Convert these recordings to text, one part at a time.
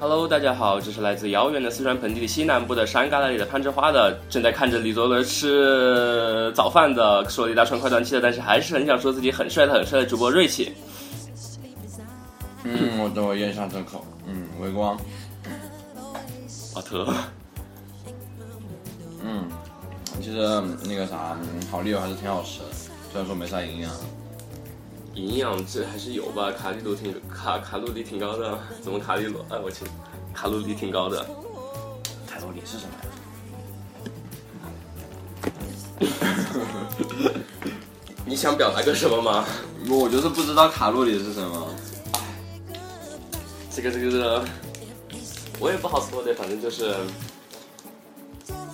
Hello，大家好，这是来自遥远的四川盆地的西南部的山旮旯里的攀枝花的，正在看着李卓伦吃早饭的，说了一大串快断气的，但是还是很想说自己很帅的很帅的主播瑞奇。嗯，我等我咽下这口。嗯，微光。奥特，嗯，其实那个啥，嗯好丽友还是挺好吃的，虽然说没啥营养。营养这还是有吧，卡路里挺卡卡路里挺高的，怎么卡路里？哎，我去，卡路里挺高的。卡路里是什么呀？你想表达个什么吗？我就是不知道卡路里是什么。这个这个这个，我也不好说的，反正就是，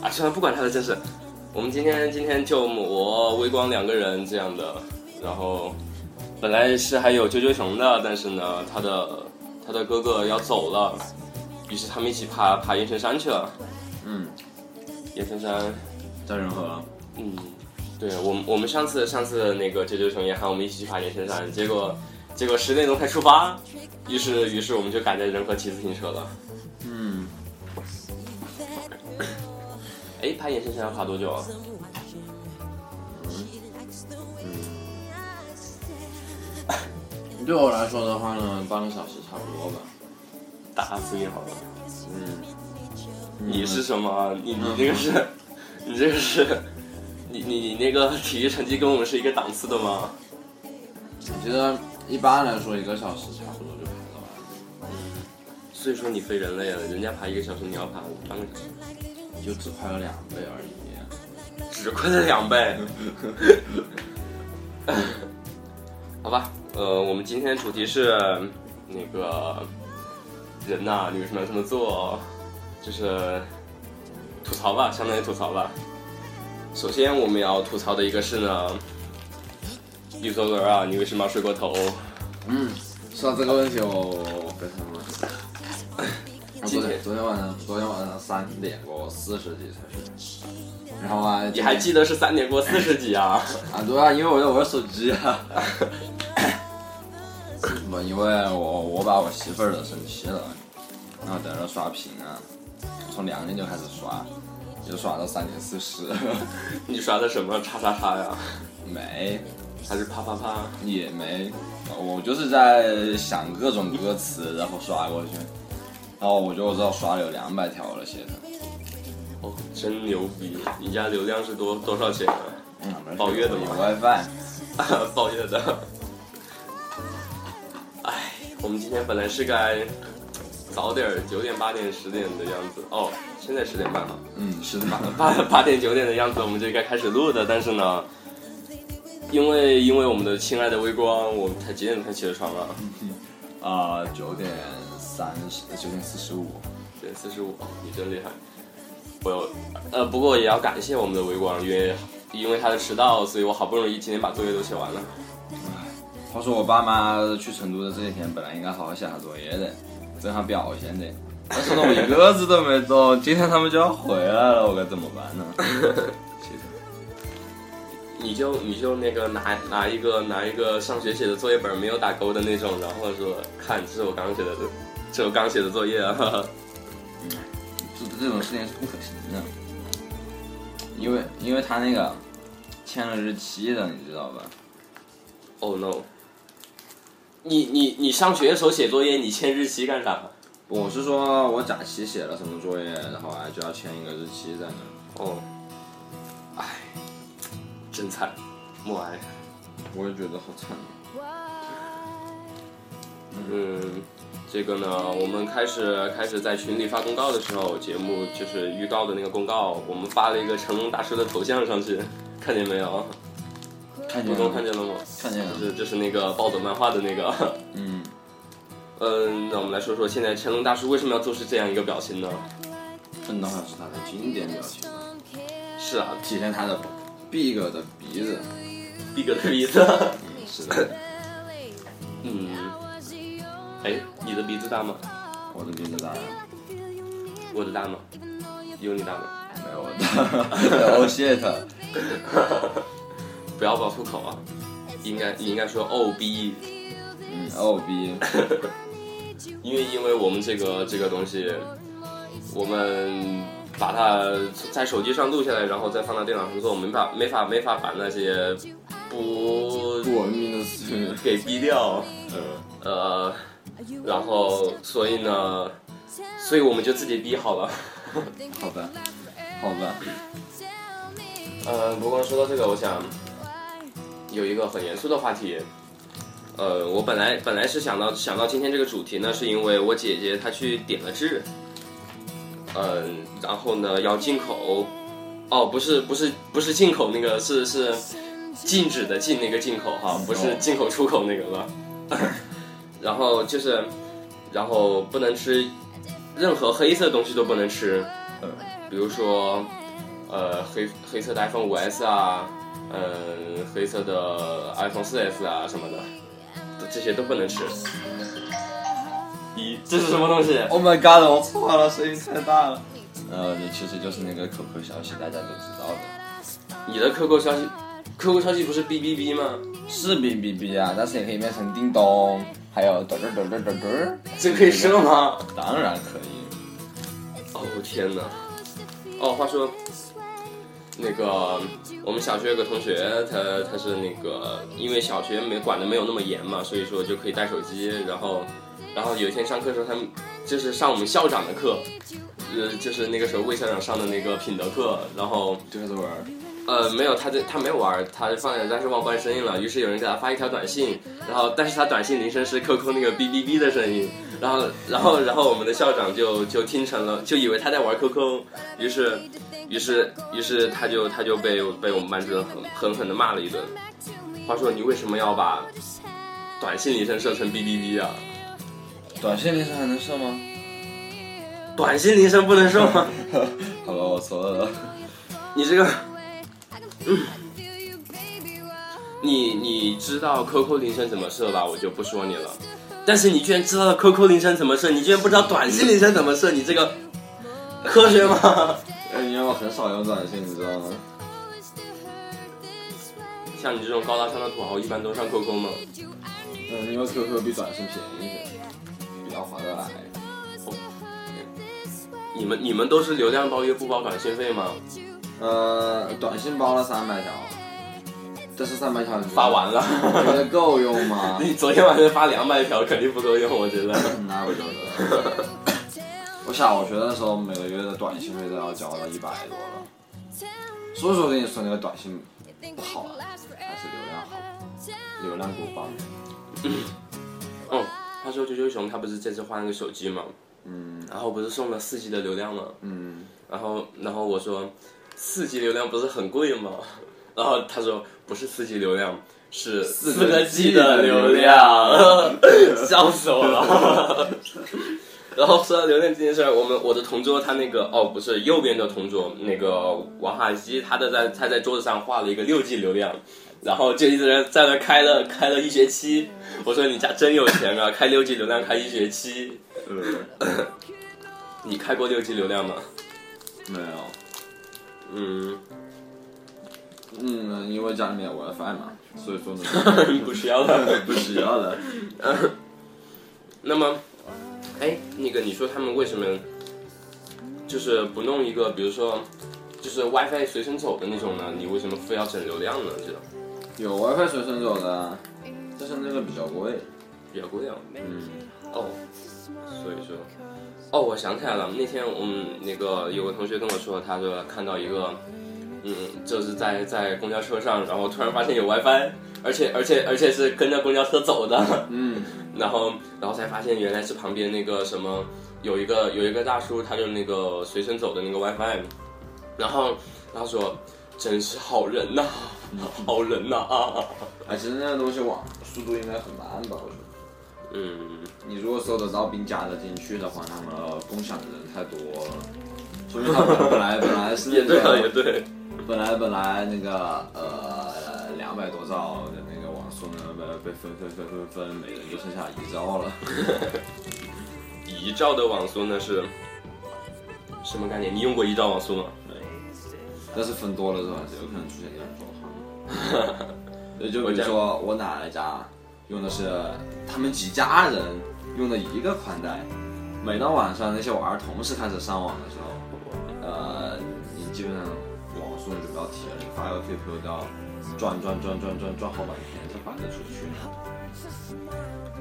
啊，算了，不管他了，真是。我们今天今天就我微光两个人这样的，然后本来是还有啾啾熊的，但是呢，他的他的哥哥要走了，于是他们一起爬爬岩神山去了。嗯，岩神山，在仁和。嗯，对我们我们上次上次那个啾啾熊也喊我们一起去爬岩神山，结果结果十点钟才出发，于是于是我们就赶在仁和骑自行车了。嗯，哎，爬岩神山要爬多久啊？对我来说的话呢，半个小时差不多吧。打死你好了！嗯，你是什么？你你嗯这个是，你这个是，你你你那个体育成绩跟我们是一个档次的吗？其实一般来说一个小时差不多就排到完所以说你非人类了，人家爬一个小时，你要爬半个小时，了，就只快了两倍而已。只亏了两倍。 好吧，呃，我们今天主题是那个人呐、你为什么要这么做？就是吐槽吧，相当于吐槽吧。首先我们要吐槽的一个是呢，李卓伦啊，你为什么要睡过头？嗯，说到这个问题，我非常的。啊，今昨天天昨天晚上，昨天晚上三点过四十几才睡，然后啊，你还记得是三点过四十几啊？ 啊？对啊，因为我在玩手机啊。不，因为我我把我媳妇儿的手机了，然后在那刷屏啊，从两点就开始刷，就刷到三点四十， 你刷的什么叉叉叉呀？没还是啪啪啪？也没，我就是在想各种歌词，然后刷过去，然后我就知道刷了有两百条了，写的。哦，真牛逼！你家流量是多多少钱啊？嗯，包月的有吗 WiFi。 抱怨的。哎，我们今天本来是该早点儿，九点、八点、十点的样子。哦，现在十点半了，嗯，是的。 八八点、九点的样子，我们就应该开始录的。但是呢，因为因为我们的亲爱的微光，我们才几点才起的床啊？啊，九点三十，九点四十五。对，四十五，你真厉害。我有，呃，不过也要感谢我们的微光，因为因为他的迟到，所以我好不容易今天把作业都写完了。话说我爸妈去成都的这几天，本来应该好好写下作业的，正好表现的，但是呢，我一个字都没动。今天他们就要回来了，我该怎么办呢？其实你就你就那个拿拿一个拿一个上学写的作业本没有打勾的那种，然后说看这是我刚写的，这是我刚写的作业啊。 哈哈这这种事情是不可行的，因为因为他那个签了日期的，你知道吧？ oh no！你你你上学的时候写作业，你签日期干啥？我是说我假期写了什么作业，然后啊就要签一个日期在那。哦，唉，真惨，默哀。我也觉得好惨。啊嗯，这个呢，我们开始开始在群里发公告的时候，节目就是预告的那个公告，我们发了一个成龙大叔的头像上去，看见没有？看吴见东看了，见了吗？看见就了，是就是那个暴走漫画的那个。嗯。嗯，那我们来说说现在成龙大叔为什么要做出这样一个表情呢？奋斗像是他的经典表情吧，是啊，体现他的 big 的鼻子。逼格的鼻子。嗯，是 的，嗯，哎，你的鼻子大吗？我的鼻子当然我的大吗？有你大吗？ 没有我 的。oh shit！不要爆粗口啊！应该你应该说哦逼。嗯，哦逼。因为因为我们这个这个东西，我们把它在手机上录下来，然后再放到电脑上做，我们没法没法没法把那些不不文明的事情，给逼掉，呃，呃，然后所以呢，所以我们就自己逼好了。好吧，好吧，呃，不过说到这个，我想有一个很严肃的话题。呃，我本来本来是想到想到今天这个主题呢，是因为我姐姐她去点了痣，嗯、然后呢要进口，哦，不是不是不是进口那个，是是禁止的禁那个进口哈，不是进口出口那个了。然后就是，然后不能吃任何黑色的东西都不能吃，呃，比如说，呃，黑黑色的 iPhone 五 S 啊，嗯、黑色的 iPhone 四 S 啊什么的，这这些都不能吃。咦，这是什么东西？ Oh my god！我错了，声音太大了。呃，你其实就是那个 QQ 消息，大家都知道的，你的 QQ 消息，QQ 消息不是 B B B 吗？是哔哔哔啊，但是也可以变成叮咚，还有嘚嘚嘚嘚嘚嘚。这可以设吗？当然可以，哦天哪！哦，话说，那个我们小学有个同学，他他是那个因为小学没管的没有那么严嘛，所以说就可以带手机。然后，然后有一天上课的时候，他们就是上我们校长的课，呃，就是那个时候魏校长上的那个品德课。然后，就是玩儿。呃，没有，他在他没有玩，他放在但是忘关声音了。于是有人给他发一条短信，然后但是他短信铃声是 QQ 那个哔哔哔的声音，然后然后然后我们的校长就就听成了，就以为他在玩 QQ，于是于是于是他就他就被被我们班主任狠狠狠的骂了一顿。话说你为什么要把短信铃声设成哔哔哔啊？短信铃声还能设吗？短信铃声不能设吗？好吧，我错了。你这个，嗯你你知道 QQ 铃声怎么设吧？我就不说你了。但是你居然知道 QQ 铃声怎么设，你居然不知道短信铃声怎么设，你这个科学吗？ 哎，你让我很少用短信，你知道吗？像你这种高大上的土豪，一般都上 QQ 吗？嗯，因为 QQ 比短信便宜一些，比较划得来。你们你们都是流量包月不包短信费吗？呃，短信包了三百条，这是三百条，你觉得发完了， 觉得够用 吗？你昨天晚上发两百条肯定不够用，我觉得。那我觉得，我小学的时候每个月的短信费都要交到一百多了。所以说我跟你说那个短信不好啊，还是流量好，流量够棒。嗯，话说啾啾熊他不是这次换了个手机吗？嗯然后不是送了四 G 的流量吗？嗯，然后然后我说，四 G 流量不是很贵吗？然后他说不是四 G 流量，是四个 G 的流量， 笑死我了。 然后说到流量这件事儿，我们我的同桌他那个哦不是右边的同桌那个王海基，他的在他在桌子上画了一个六 G 流量，然后就一直在在那开了开了一学期。我说你家真有钱啊，开六 G 流量开一学期。呃，你开过六 G 流量吗？没有。嗯， 嗯，因为家里面有 WiFi 嘛，所以说呢，不需要了。 不需要的。那么，哎，那个你说他们为什么就是不弄一个，比如说就是 WiFi 随身走的那种呢？你为什么非要整流量呢？这种有 WiFi 随身走的，但是那个比较贵。比较贵啊。嗯，哦，所以说，哦，我想起来了，那天我们那个有个同学跟我说，他说看到一个，嗯，就是在在公交车上，然后突然发现有 WiFi，而且而且而且是跟着公交车走的，嗯，然后然后才发现原来是旁边那个什么有一个有一个大叔，他就那个随身走的那个 WiFi，然后他说真是好人呐、好人呐啊啊，啊哎，其实那个东西网速度应该很慢吧？我觉得，嗯。你如果搜得到并加得进去的话，那么共享的人太多了。说明他本本来本来是也 那对啊，也个对，本来本来那个呃两百多兆的那个网速呢被被分分分分分，每人就剩下一兆了。 一兆的网速那是什么概念？你用过一兆网速吗？但是分多了之后，还是有可能出现这种状况。对，就比如说我奶奶家用的是他们几家人用的一个宽带，每到晚上那些娃儿同时开始上网的时候，呃，你基本上网速就不要提了，你发个 QQ 都要转转转转转转好半天才发得出去。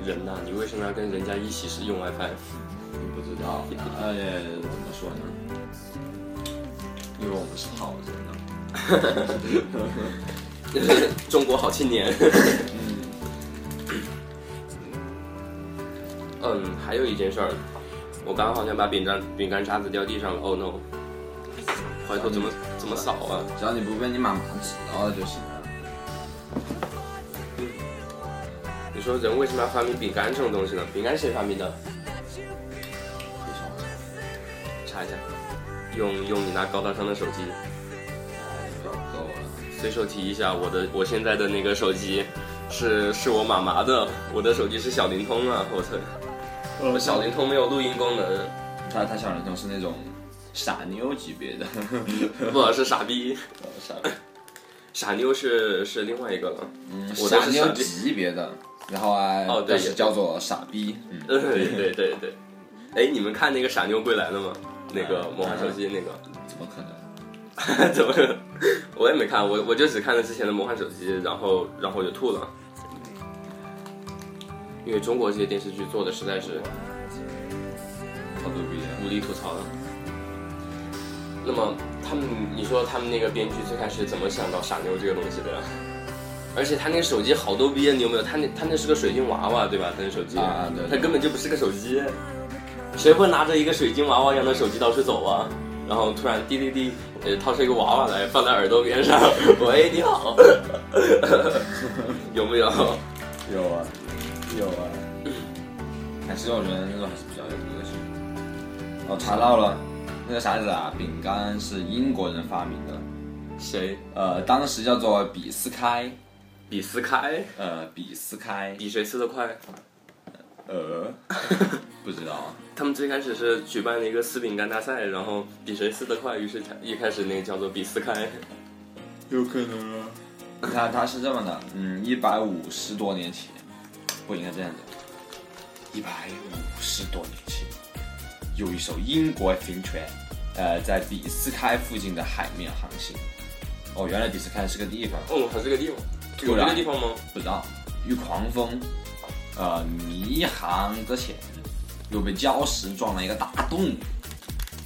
人呐、你为什么要跟人家一起是用 WiFi？你不知 道，而且怎么说呢？因为我们是好人呢。 中国好青年。嗯，还有一件事儿，我刚刚好像把饼干饼干渣子掉地上了，Oh no！回头怎么怎么扫啊？只要你不被你妈妈知道了就行了。你说人为什么要发明饼干这种东西呢？饼干谁发明的？为啥？查一下，用用你那高大上的手机，不要够了。随手提一下，我的我现在的那个手机是是我妈妈的，我的手机是小灵通啊，我操！呃我小灵通没有录音功能，他他小灵通是那种傻妞级别 的，不是傻逼，傻傻妞是是另外一个了。嗯我的傻是妞傻逼级别的，然后啊，哦对但是也叫做傻逼，嗯，对对对对，哎，你们看那个《傻妞归来》了吗？那个魔幻手机那个， 怎么可能？怎么？我也没看，我我就只看了之前的魔幻手机，然后然后我就吐了，因为中国这些电视剧做的实在是好牛逼啊！无力吐槽了。那么他们，你说他们那个编剧最开始怎么想到傻妞这个东西的呀？而且他那个手机好逗逼啊！你有没有？他那他那是个水晶娃娃对吧？他那手机，啊对对他根本就不是个手机。谁会拿着一个水晶娃娃一样的手机到处走啊？然后突然滴滴滴，呃，掏出一个娃娃来放在耳朵边上， 喂，你好， 有没有？有啊，有啊，还是我觉得那种还是比较有个性。哦，查到了，那个啥子啊，饼干是英国人发明的，谁？呃，当时叫做比斯开，比斯开？呃，比斯开，比谁吃得快？呃， 不知道啊，他们最开始是举办了一个撕饼干大赛，然后比谁撕得快，于是才一开始那个叫做比撕开。有可能啊。他他是这么的，嗯，一百五十多年前，不应该这样讲，一百五十多年前，有一艘英国帆船，呃，在比斯开附近的海面航行。哦，原来比斯开是个地方，哦，还是个地方，有这突然个地方吗？不知道，遇狂风，呃，迷航搁浅，又被礁石撞了一个大洞，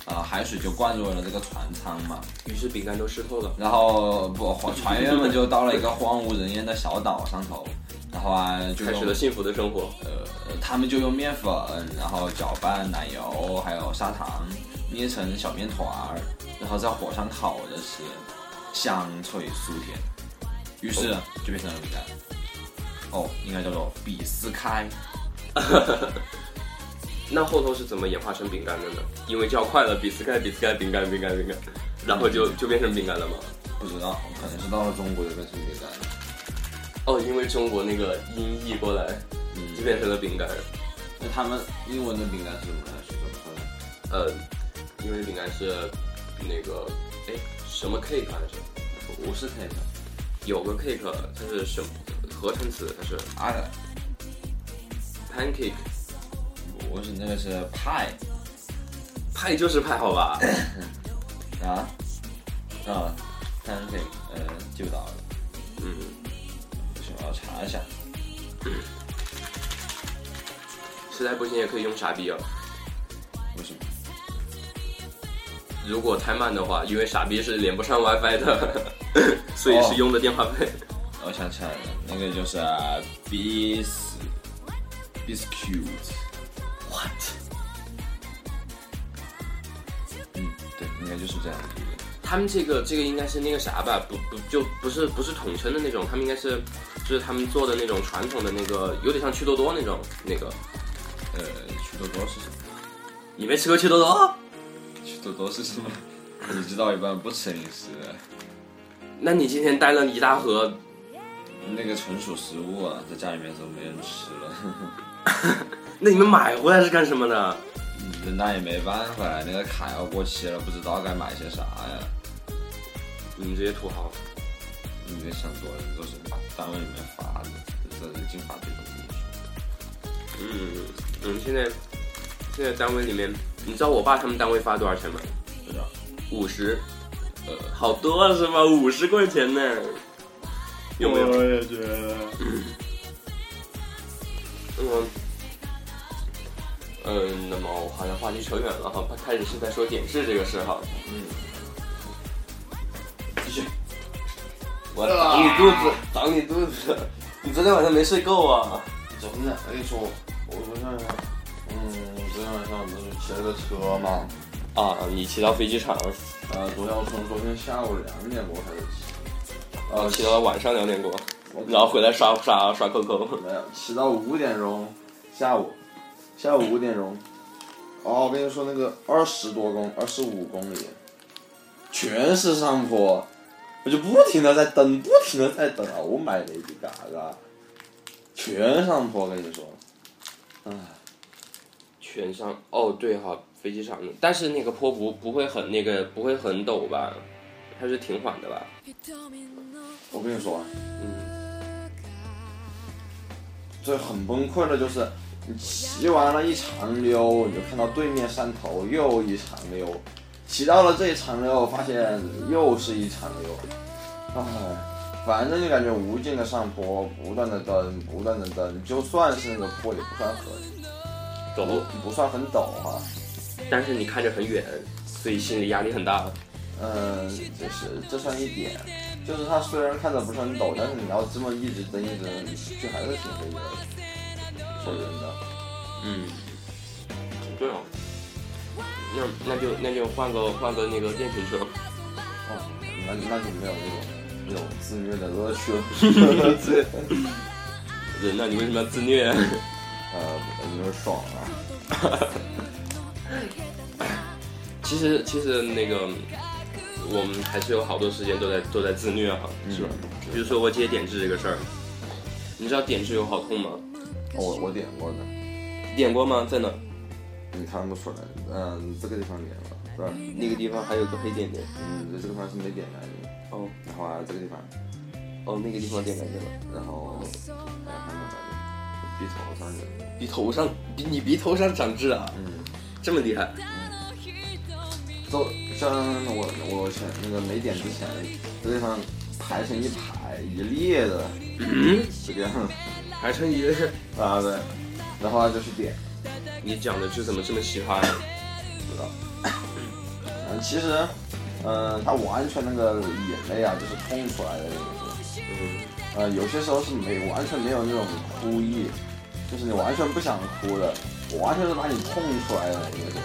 啊、海水就灌入了这个船舱嘛，于是饼干都湿透了。然后不，船船员们就到了一个荒无人烟的小岛上头，然后啊，就开始了用幸福的生活，呃，他们就用面粉，然后搅拌奶油还有砂糖，捏成小面团儿，然后在火上烤着吃，香脆酥甜，于是就变成了饼干。哦，应该叫做比斯开，那后头是怎么演化成饼干的呢？因为叫快了，比斯开，比斯开，饼干，饼干，饼干，然后就就变成饼干了吗？不知道，可能是到了中国就变成饼干了。哦，因为中国那个音译过来，就变成了饼干。嗯那他们英文的饼干是什么来着？怎么说呢？呃，因为饼干是那个哎什么 cake 还是不是 cake，有个 cake，它是什么合成词？它是啊， pancake。不是那个是派。派就是派，好吧？ 啊啊，但是这呃记不到了，嗯，不行，我要查一下。实在不行也可以用傻逼啊。为什么？如果太慢的话，因为傻逼是连不上 WiFi 的， 所以是用的电话费。我想起来了，那个就是啊 bis biscuit， What？嗯，对，应该就是这样读的。他们这个这个应该是那个啥吧？不不就不是不是统称的那种，他们应该是就是他们做的那种传统的那个，有点像趣多多那种那个。呃，趣多多是什么？你没吃过趣多多？趣多多是什么？ 你知道一般不吃零食，那你今天带了一大盒，那个纯属食物啊，在家里面都没人吃了， 那你们买回来是干什么的？嗯那也没办法呀，那个卡要过期了，不知道该买些啥呀。你嗯们这些土豪，你别想多了，你都嗯是单位里面发的，这人进发这种东西。嗯，我们现在现在单位里面，你知道我爸他们单位发多少钱吗？不知道，五十，呃，好多啊是吗？五十块钱呢，有没有？也觉得，嗯，嗯，那么我好像话题扯远了哈，开始是在说点痣这个事哈。嗯，继续，我挡你肚子，挡你肚子，啊 你昨天晚上没睡够啊？真的，我跟你说，我昨天晚上，嗯，昨天晚上不是骑了个车嘛，啊，你骑到飞机场，呃，昨天我从昨天下午两点多开始骑，呃，骑到晚上两点过，我然后回来刷刷刷扣扣。没有，骑到五点钟，下午，下午五点钟。哦，我跟你说，那个二十多公，二十五公里，全是上坡，我就不停的在蹬，不停的在蹬啊！Oh my lady Gaga，全上坡，我跟你说，唉，全上哦，对哈、飞机场的，但是那个坡不不会很那个不会很陡吧？它是挺缓的吧？我跟你说，啊嗯，这很崩溃的就是，你骑完了一长溜，你就看到对面山头又一长溜，骑到了这一长溜，发现又是一长溜，唉，反正就感觉无尽的上坡，不断的蹬，不断的蹬，就算是那个坡也不算很陡，不算很陡啊哈、但是你看着很远，所以心理压力很大。嗯，这是这算一点，就是它虽然看着不是很陡，但是你要这么一直蹬一直蹬，就还是挺费劲的，说真的。嗯，对哦。那那就那就换个换个那个电瓶车，哦，那那就没有那种那种自虐的乐趣了。人呐，你为什么要自虐？啊呃，就是爽啊！ 其实其实那个我们还是有好多时间都在都在自虐哈，嗯是吧？比如说我接点痣这个事儿，你知道点痣有好痛吗？我我点过的，点过吗？在哪？你看不出来。嗯，这个地方点了，对吧？那个地方还有个黑点点。嗯，这个地方是没点干净。哦然后啊，这个地方，哦，那个地方点干净了。然后还有还有啥的，鼻头上的。鼻头上，比你鼻头上长痣啊，嗯，这么厉害？都像我我前那个没点之前，这地方排成一排一列的，嗯，这个样子还成一个。啊对，然后啊就去点。 你讲的痣怎么这么奇葩呀？知道。嗯，其实，嗯，它完全那个眼泪啊，就是痛出来的那种。嗯，呃，有些时候是没完全没有那种哭意，就是你完全不想哭的，我完全是把你痛出来的那种。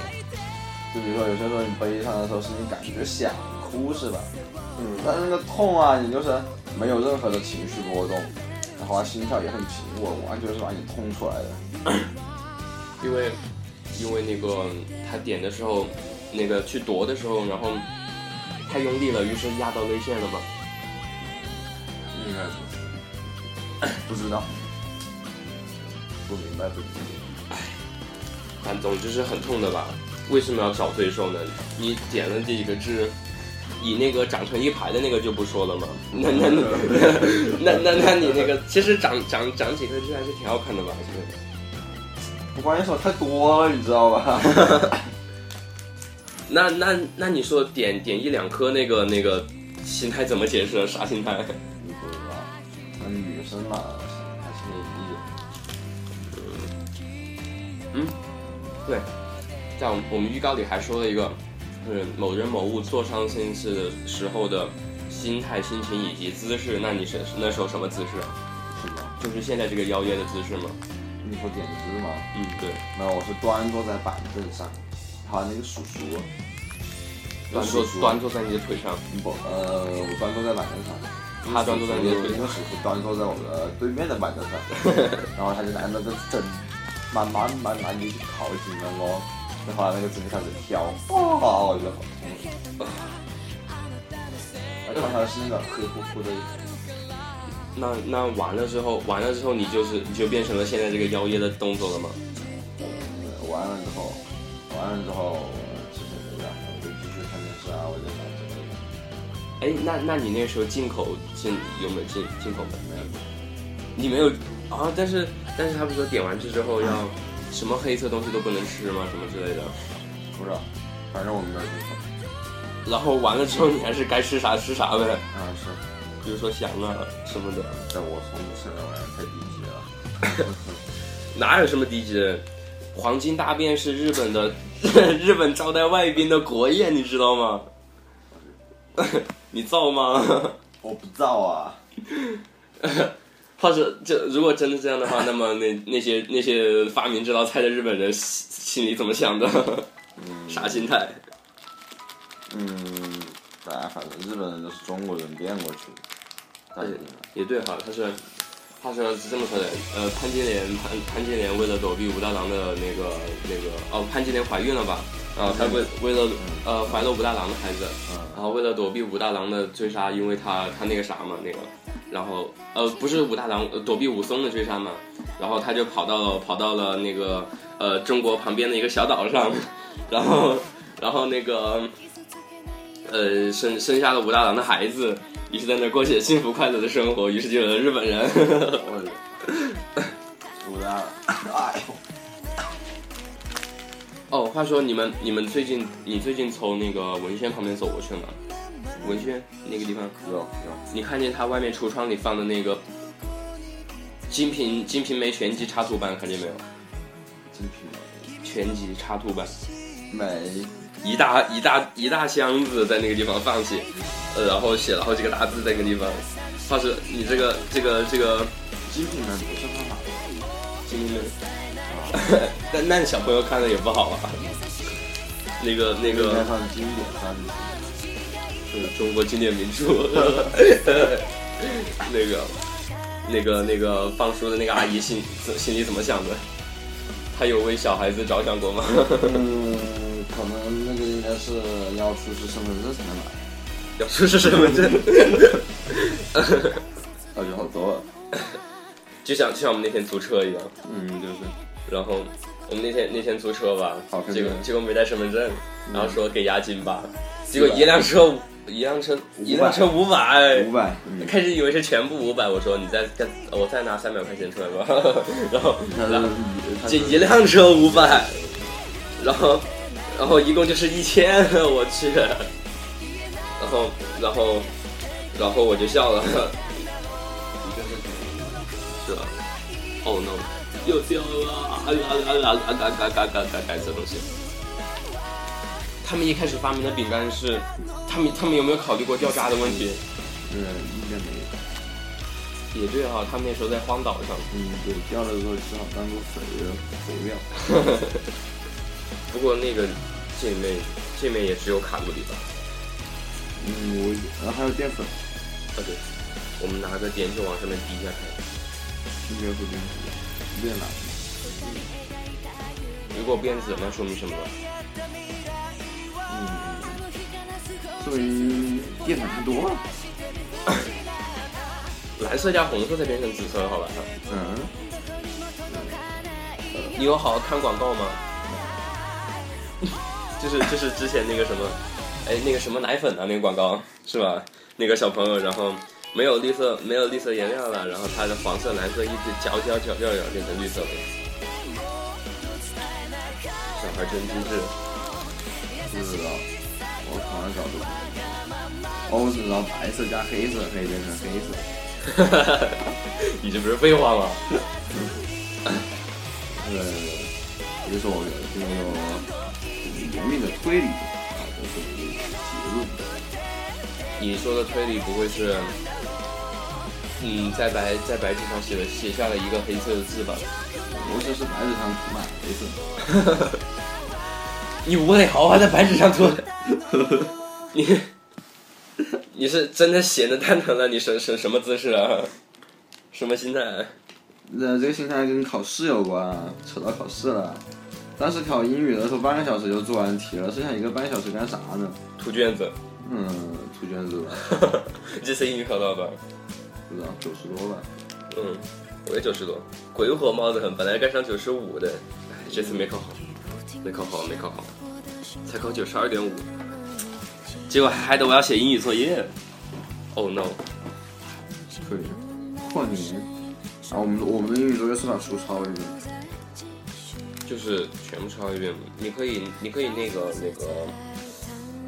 就比如说有些时候你悲伤的时候，是你感觉想哭是吧？嗯，但是那个痛啊，你就是没有任何的情绪波动，然后啊心跳也很平稳，完全是把你痛出来的。因为因为那个他点的时候，那个去夺的时候，然后太用力了，于是压到泪腺了嘛。应该是不知道，不明白，不明白。反总之是很痛的吧？为什么要找罪受呢？你点了这几个痣，以那个长成一排的那个就不说了嘛。那那 那那那那你那个，其实长长长几颗痣还是挺好看的吧？其实。我关键手太多了，你知道吧？那那那你说点点一两颗那个那个心态怎么解释？啊啥心态？你不知道，那女生嘛，还是嗯一嗯对，在我们我们预告里还说了一个，就是某人某物做伤心事的时候的心态、心情以及姿势。那你是那时候什么姿势？啊是吗？就是现在这个邀约的姿势吗？你说点痣吗？嗯，对，没有，我是端坐在板凳上，还有那个叔叔，端坐端坐在你的腿上，不，呃，我端坐在板凳上。他端坐在你的腿那上个。叔叔端坐在我的对面的板凳上，然后他就拿那个针，慢慢慢慢地去靠近了我，然后那个针开始跳，哦，我就好痛。而且好像是那个黑乎乎的，那那完了之后，完了之后你就是你就变成了现在这个邀约的动作了吗？呃完了之后，完了之后，其实没干，我就继续看电视啊，我就想这个。哎，那那你那时候进口进有没有进进口门？没有你没有啊？但是但是他不是说点完痣之后要什么黑色东西都不能吃吗？什么之类的。不知道，反正我们没有听说。然后完了之后，你还是该吃啥吃啥呗，啊，是，比如说翔啊什么的，但我从不吃那玩意儿，太低级了。哪有什么低级的？黄金大便是日本的， 日本招待外宾的国宴，你知道吗？ 你造吗？我不造啊，或者这如果真的这样的话，那么那 那些那些发明这道菜的日本人心心里怎么想的？ 啥心态？嗯，大家反正日本人都是中国人变过去的，大家听了。也对哈，他是他是这么说的，呃，潘金莲潘潘金莲为了躲避武大郎的那个那个哦，潘金莲怀孕了吧？然后她为为了呃怀了武大郎的孩子，嗯然后为了躲避武大郎的追杀，因为他他那个啥嘛那个，然后呃不是武大郎呃躲避武松的追杀嘛，然后他就跑到了跑到了那个呃中国旁边的一个小岛上， 然后然后那个呃生生下了武大郎的孩子，于是在那儿过起了幸福快乐的生活，于是就有了日本人。 我的，武 大郎，哎呦，哦，话说你们你们最近你最近从那个文轩旁边走过去了吗？文轩那个地方，有有，你看见他外面橱窗里放的那个《金瓶金瓶梅》全集插图版，看见没有？真品全集插图版，美，一大一大一大箱子在那个地方放起，呃，然后写了好几个大字在那个地方。话说你这个这个这个精品们不是方法，金瓶梅， 那那小朋友看的也不好啊。那个那应该个算是经典三品。是中国经典名著， 那个那个那个放书的那个阿姨心心里怎么想的？她有为小孩子着想过吗？嗯，可能那个应该是要出示身份证才能买。要出示身份证，感啊觉好多了。就像就像我们那天租车一样，嗯，就是然后我们那天那天租车吧好，看结果看结果没带身份证，然后说给押金吧，结嗯百果一辆车五一辆车一辆车五百五。百。嗯，开始以为是全部五百，我说你再再我再拿三百块钱出来吧， 然后它然后这是一辆车五百，然后，然后一共就是一千，我去，然后，然后，然后我就笑了，是吧？Oh no，又掉了，啊啊啊啊啊啊啊啊啊啊啊！这东西。他们一开始发明的饼干是，他们他们有没有考虑过掉渣的问题？嗯，一点没有。也对哈、他们那时候在荒岛上。嗯，对，掉了之后只好当做肥了肥料。 不过那个这妹这妹也只有卡路里吧？嗯，我然后还有淀粉，啊对，我们拿个碘酒往上面滴一下看，应该会变肥，变懒。如果变紫，那说明什么呢？嗯，说明淀粉太多了。蓝色加红色才变成紫色，好吧？嗯，你有好好看广告吗？ 就是就是之前那个什么，哎，那个什么奶粉啊，那个广告是吧？那个小朋友，然后没有绿色，没有绿色颜料了，然后他的黄色、蓝色一直搅搅搅搅搅变成绿色了。小孩真机智，不知道，啊我好像搞不懂。哦，我只知道白色加黑色可以变成黑色。 你这不是废话吗？呃，也就是我这个严密的推理啊，得出的一个结论。你说的推理不会是，嗯，在白在白纸上写了写下了一个黑色的字吧？不是是白纸上涂满黑色，你无磊豪还在白纸上涂， 你你是真的闲的蛋疼了？你什什什么姿势啊？什么心态？啊那这个心态跟考试有关啊，扯到考试了。当时考英语的时候，半个小时就做完题了，剩下一个半小时干啥呢？涂卷子，嗯，涂卷子吧，这次英语考多少分？不知道九十多吧。嗯，我也九十多，鬼火冒的很，本来该上九十五的， 唉这次没考好，没考好，没考好，才考九十二点五，结果还得我要写英语作业。Oh no！对，过年啊，我们我们的英语作业是把书抄一遍，就就是全部抄一遍。你可以，你可以那个那个，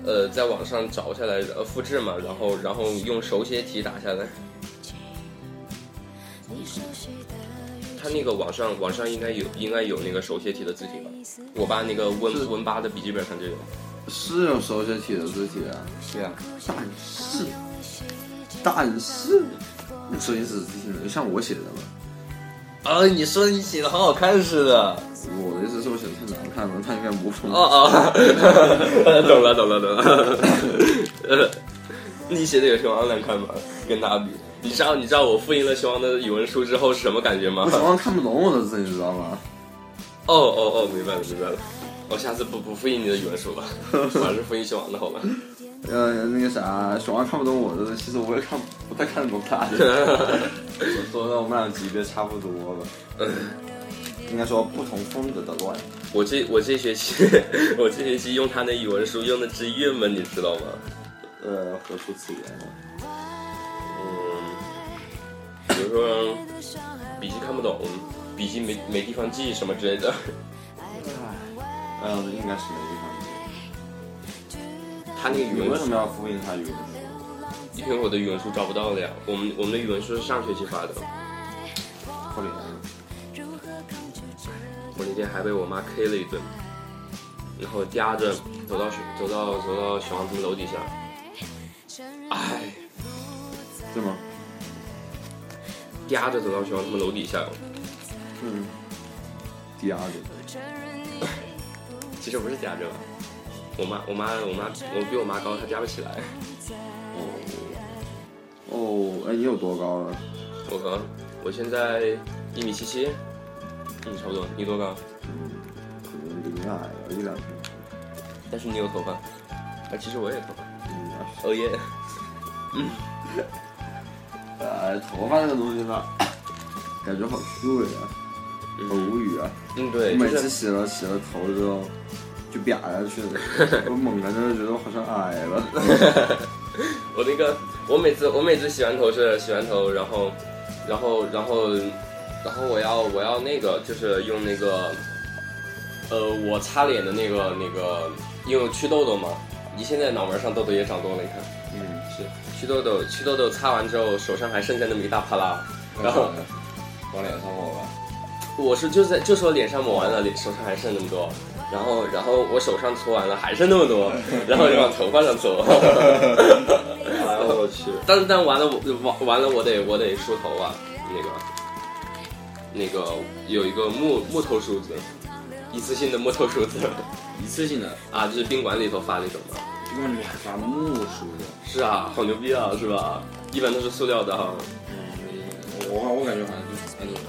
呃，在网上找下来，呃，复制嘛，然后然后用手写体打下来。他那个网上网上应该有应该有那个手写体的字体吧？我爸那个 Win 是 Win 八的笔记本上就有。是有手写体的字体啊，对啊，但是但是你说你只字体能像我写的吗？啊，你说你写的好好看似的。我的意思是我写的太难看了，他应该模仿。哦哦，懂了懂了懂了。呃，你写的有熊王难看吗？跟他比，你知道你知道我复印了熊王的语文书之后是什么感觉吗 我？常常看不懂我的字，你知道吗？哦哦哦，明白了明白了。我下次不不复印你的语文书了，我还是复印熊王的好吧？呃，那个啥，小王看不懂我的，其实我也看不太看得懂 他的。我说的我们俩级别差不多了，应该说不同风格的乱。我这我这学期 我这学期用他的语文书用的之郁闷，你知道吗？呃，何出此言啊？嗯，比如说笔记看不懂，笔记没没地方记什么之类的。呃，应该是没地方接。他那个语你文为书什么要复印他语文书？因为我的语文书找不到了呀，我们我们的语文书是上学期发的，可怜。我那天还被我妈 K 了一顿，然后压着走到学走到走到小王他们楼底下，哎，对吗？压着走到小王他们楼底下，嗯。第二个。其实不是压着吧，我妈我妈我妈我比我妈高，她压不起来，哦，哎，你有多高了？我高，我现在一米七七，嗯，差不多，你多高？嗯可能比你矮了一两寸。但是你有头发，啊，其实我也有头发，嗯，哦耶，哎，头发这个东西吧，感觉好虚伪啊，好无语啊。嗯对，我就每次是洗了洗了头之后，就瘪下去了。 我猛然就觉得我好像矮了。我那个，我每次我每次洗完头是洗完头，然后，然后，然后，然后我要我要那个就是用那个，呃，我擦脸的那个那个，因为祛痘痘嘛，你现在脑门上痘痘也长多了，你看， 嗯，是祛痘痘，祛痘痘擦完之后手上还剩下那么一大啪啦，然后往脸上抹吧。我是就在就说脸上抹完了，脸手上还剩那么多，然后然后我手上搓完了还剩那么多，然后就往头发上搓。哎呦我去！但但完了我完完了我得我得梳头啊，那个那个有一个木木头梳子，一次性的木头梳子一次性的，啊，就是宾馆里头发那种嘛。用两把木梳的。是啊，好牛逼啊，是吧？一般都是塑料的哈、我我感觉好像就是那种。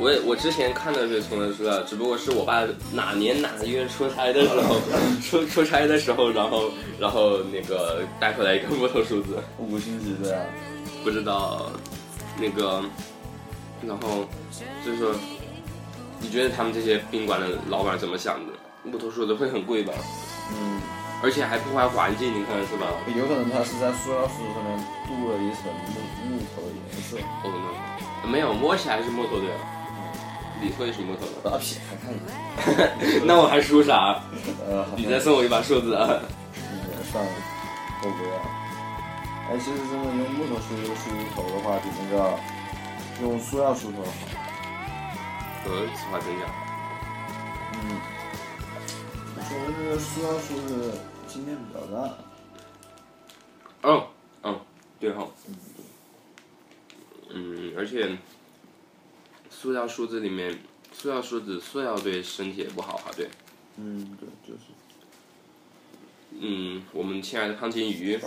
我也我之前看到这从来说啊，只不过是我爸哪年哪个月出差的时候， 出出差的时候，然后然后那个带回来一个木头梳子。五星级的呀。不知道那个，然后就是说，你觉得他们这些宾馆的老板怎么想的？木头梳子会很贵吧？嗯，而且还破坏环境，你看是吧？有可能它是在塑料梳子上面镀了一层木木头的颜色。哦、no，没有，摸起来是木头的呀，里头也是木头的。大屁，看一下。那我还梳啥？呃，好像你再送我一把梳子啊！也算了，我不要。哎，其实真的用木头梳梳头的话，比那个用塑料梳头好。嗯，此话怎讲？嗯。我说的这个塑料梳子经验比较大。嗯嗯，对哈、嗯，而且塑料梳子里面，塑料梳子，塑料对身体也不好啊，对。嗯，对，就是。嗯，我们亲爱的康金鱼，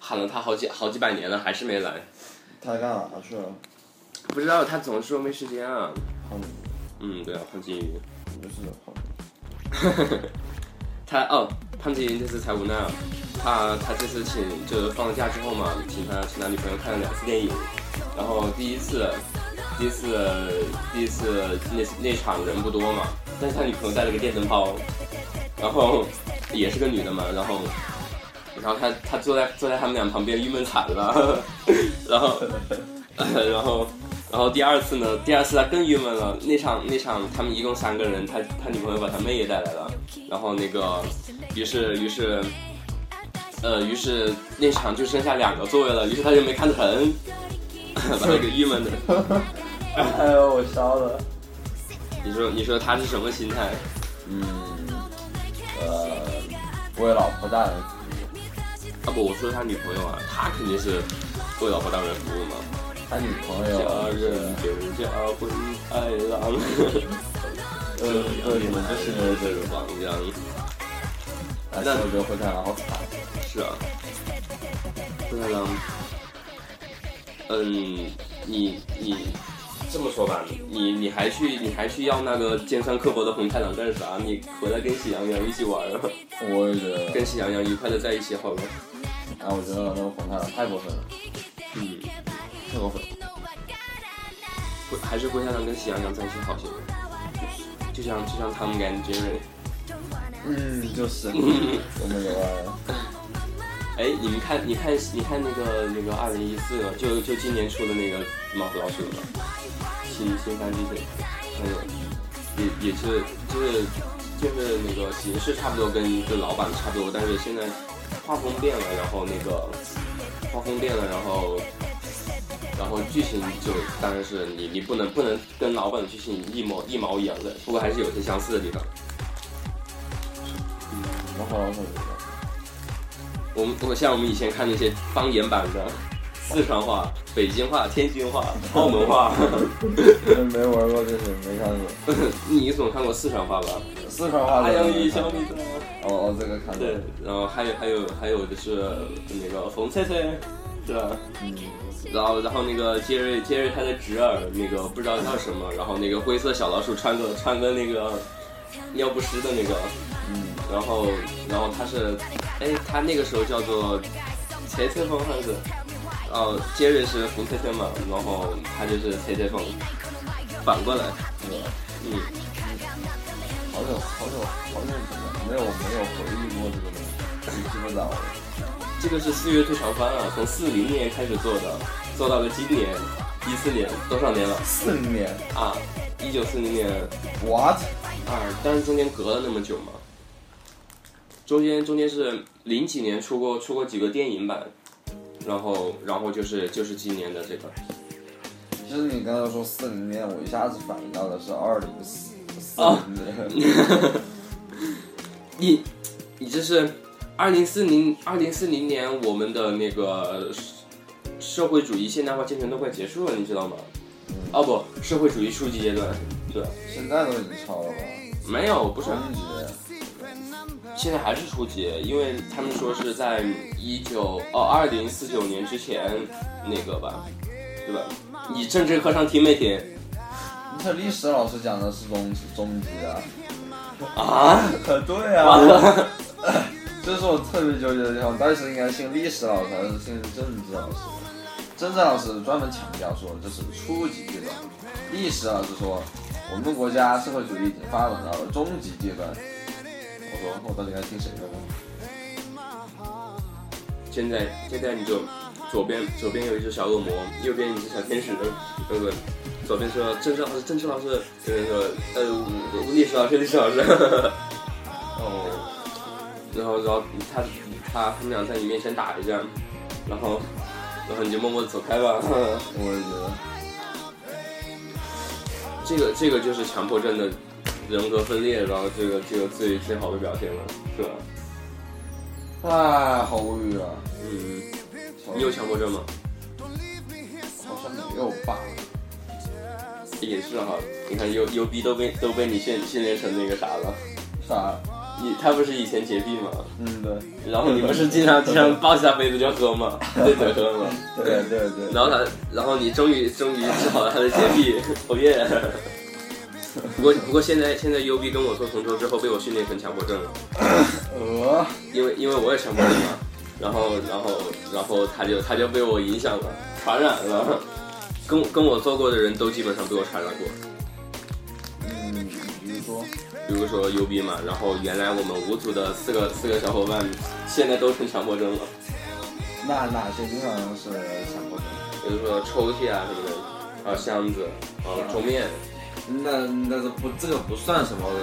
喊了他好几好几百年了，还是没来。他干啥去了？不知道他总是说没时间啊。胖子，嗯，对啊，潘金鱼，就是胖子。 他哦，潘金鱼这次才无奈啊，他他这次请就是放了假之后嘛，请他请他女朋友看了两次电影，然后第一次第一次第一次那那场人不多嘛，但是他女朋友带了个电灯泡，然后也是个女的嘛，然后然后他他 坐在坐在他们俩旁边郁闷惨了，然后然后。然后第二次呢，第二次他更郁闷了。那场那场他们一共三个人，他他女朋友把他妹也带来了，然后那个，于是于是，呃，于是那场就剩下两个座位了，于是他就没看成， 把他给郁闷的。哎呦，我烧了。你说你说他是什么心态？嗯，呃，为老婆大人服啊不，我说他女朋友啊，他肯定是为老婆大人服务嘛。务，他女朋家友人是，就家婚爱郎， 呃，对，你们就是这种，王阳哎但是我觉得灰太狼好惨。是啊，灰太狼。嗯，你你这么说吧，你你还去你还去要那个尖酸刻薄的红太狼干啥？你回来跟喜羊羊一起玩啊，我也觉得，跟喜羊羊愉快的在一起好了。哎，我觉得那个红太狼太过分了，嗯，太过分了。灰还是灰太狼跟喜羊羊在一起好些，就像就像他们跟 Jerry。嗯，就是，我们有啊，哎，你们看，你看，你看那个那个二零一四了，就就今年出的那个《猫和老鼠》了，新新番剧情，还有也也是就是就是那个形式差不多跟跟老版差不多，但是现在画风变了，然后那个画风变了，然后然后剧情就当然是你你不能不能跟老版的剧情一模一毛一样的，不过还是有些相似的地方。我好像是觉得。我们我像我们以前看那些方言版的， 四川话、北京话、天津话、澳门话， 没玩过这些，没看过。你总看过四川话吧？四川话还的有没一看小过。米的。哦哦，这个看过。对，然后还有还有还有就是那个冯翠翠，是吧？嗯，然后然后那个杰瑞杰瑞他的侄儿那个不知道叫什么，然后那个灰色小老鼠穿个穿个那个尿不湿的那个，嗯，然后然后他是，哎，他那个时候叫做切切风还是？哦，杰瑞是冯切切嘛，然后他就是切切风，反过来，对，嗯，好久好久好久以前了，没有没有回忆过这个东西，记不着了。这个是四月最长番啊，从四零年开始做的，做到了今年一四年，多少年了四年啊？一九四零年，what？二，但是中间隔了那么久嘛，中间中间是零几年出过出过几个电影版，然后然后就是就是今年的这个。就是你刚才说四零年，我一下子反应到的是二零四四零年。你，你这是二零四零二零四零年我们的那个社社会主义现代化进程都快结束了，你知道吗？哦不，社会主义初级阶段，对，现在都已经超了吧？没有，不是，中级，现在还是初级，因为他们说是在一九哦二零四九年之前那个吧，对吧？你政治课上听没听这历史老师讲的是中中级啊。啊？ 对啊，这是我特别纠结的地方。当时应该信历史老师还是信政治老师？政治老师专门强调说这是初级阶段，历史老师说我们国家社会主义已经发展到了中级阶段。我说我到底该听谁的呢？现在现在你就左边左边有一只小恶魔，右边一只小天使，那个左边说政治老师政治老师，右边说呃历史老师历史老师， 哦，然后然后他他他们俩在你面前打一架，然后然后你就默默地走开吧。我也觉得这个这个就是强迫症的人格分裂，然后这个这个最最好的表现了，是吧？，哎，好无语啊！嗯，你有强迫症吗？好像没有吧？也是哈，你看优优逼都被都被你训训练成那个啥了，啥？你他不是以前洁癖吗？嗯，对，然后你不是经常经常抱起他杯子就喝吗？对着喝吗？对对对。然后他，然后你终于终于治好了他的洁癖，哦耶！ 不过不过现在现在 U B 跟我做同桌之后被我训练成强迫症了，呃，因为因为我也强迫症嘛，然后然后然后他就他就被我影响了，传染了，跟我跟我做过的人都基本上被我传染过。嗯，比如说，比如说 U B 嘛，然后原来我们五组的四个四个小伙伴，现在都成强迫症了，那哪些地方是强迫症？比如说抽屉啊什么的。啊箱子，啊桌面，那那是不，这个不算什么，我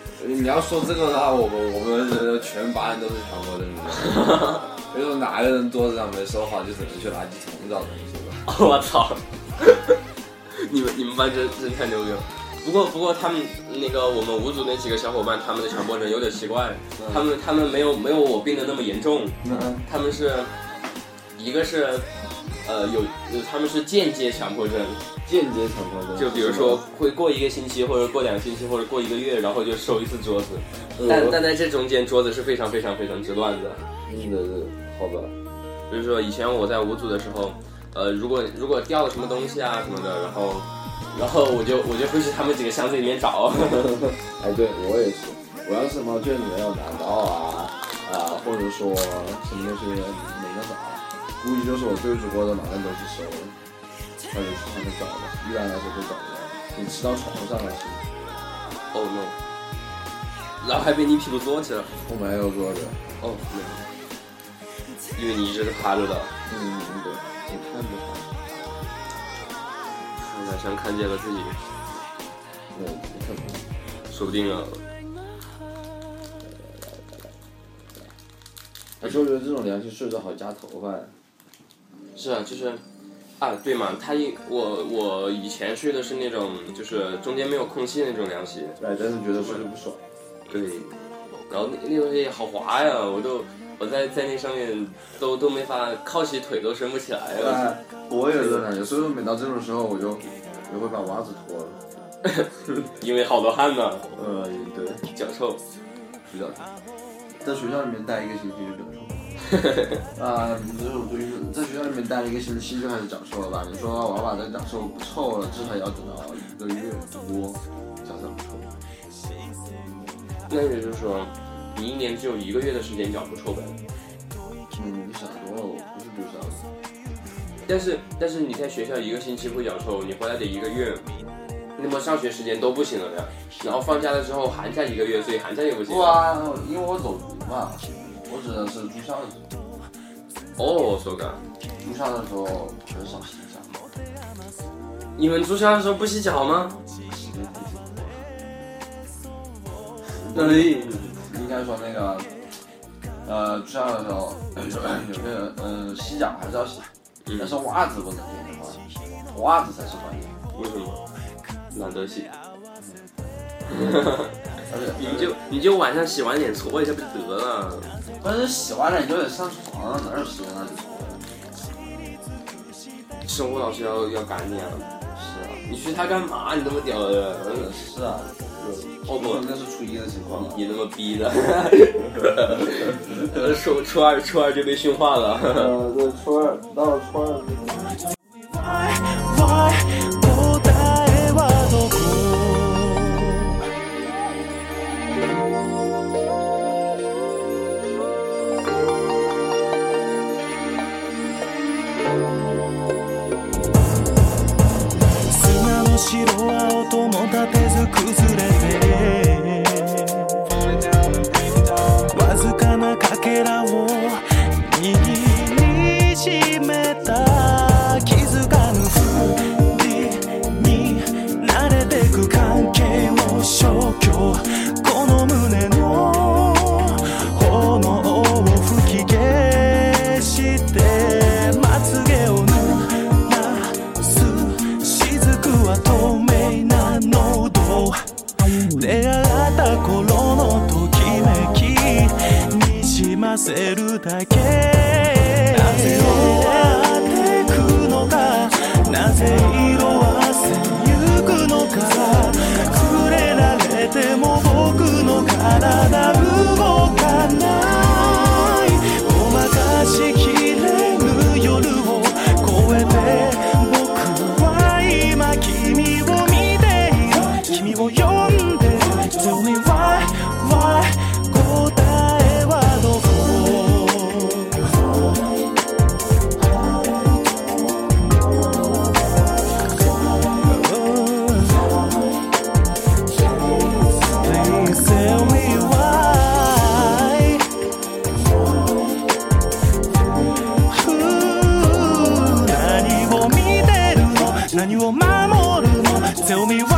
跟你说。你要说这个的话，我们我们人全班人都是全国 认知的，没有哪个人桌子上没收好，就只能去垃圾桶找东西 了。我操！你们你们班真真太牛逼了。不过不过他们那个我们五组那几个小伙伴，他们的强迫症有点奇怪，他们他们没有没有我病的那么严重，嗯，他们是一个是呃有有他们是间接强迫症，间接强迫症，就比如说会过一个星期或者过两个星期或者过一个月，然后就收一次桌子，呃，但但在这中间桌子是非常非常非常之乱的。嗯的好吧，比如说以前我在五组的时候，呃，如果如果掉了什么东西啊什么的，然后然后我就我就会去他们几个箱子里面 找。 哎，对我也是，我要是什么卷子没有拿到啊啊，或者说什么东西没那啥，估计就是我对主播的马上都是收了，那就去他们找吧，一般来说都找不到，你吃到床上还行， oh no！然后还被你屁股坐起来。我没有桌子，哦，没有，因为你一直是趴着的。嗯，对，你看不看？看像看见了自己，嗯对，你看不看？说不定啊。而且我觉得这种凉席睡着好夹头发，是啊，就是。啊，对嘛，他一我我以前睡的是那种，就是中间没有空隙那种凉席，哎，但是觉得睡着不爽。对，然后那那东西好滑呀，我都我在在那上面都都没法靠起腿都伸不起来了。哎，我也是这种感觉，所以说每到这种时候我就我会把袜子脱了。因为好多汗呢，呃，对，脚臭。学校，在学校里面待一个星期就脚 臭。啊，你这种对于在学校里面待了一个星期就开始脚臭了吧？你说娃娃这脚臭不臭了，至少也要等到一个月多，脚才不臭。那也就是说，你一年只有一个月的时间脚不臭呗。嗯，你想多了，我不是比如说，但是但是你在学校一个星期不脚臭，你回来得一个月，那么上学时间都不行了呀。然后放假了之后，寒假一个月，所以寒假也不行。不！啊，因为我走读嘛，我指的是住校的时哦，候，手感。住校的时候很少洗澡，你们住校的时候不洗脚吗？时间不足。对。应该说那个，呃，住校的时候， 有些人，嗯、洗脚还是要洗，嗯但是袜子不能变的话，袜子才是关键。为什么？懒得洗。而且你就你就晚上洗完脸搓一下不就得了？但是洗完了你就得上床了，哪有时间让你搓呀？生物老师要要赶你啊！是啊，你学他干嘛？你那么屌的，嗯是啊，哦不，不，那是初一的情况了。你那么逼 的，初呃初二初二就被驯化了。呃，对，初二到了初二， 와答えはどこ砂の白青とも立てず崩れてわずかなかけらを握りしめた気づかぬふりに慣れてく関係を消去この胸の炎を吹き消してまつげを濡らす雫は透明な喉出会った頃のときめきにじませるだけなぜ出会ってくのかなぜ色あせゆくのか触れられても僕の体動かないごまかしきれぬ夜を越えて僕は今君を見ている君を呼んで Tell me why, why 答えはどこ何を見てるの Tell me why Oh, Oh,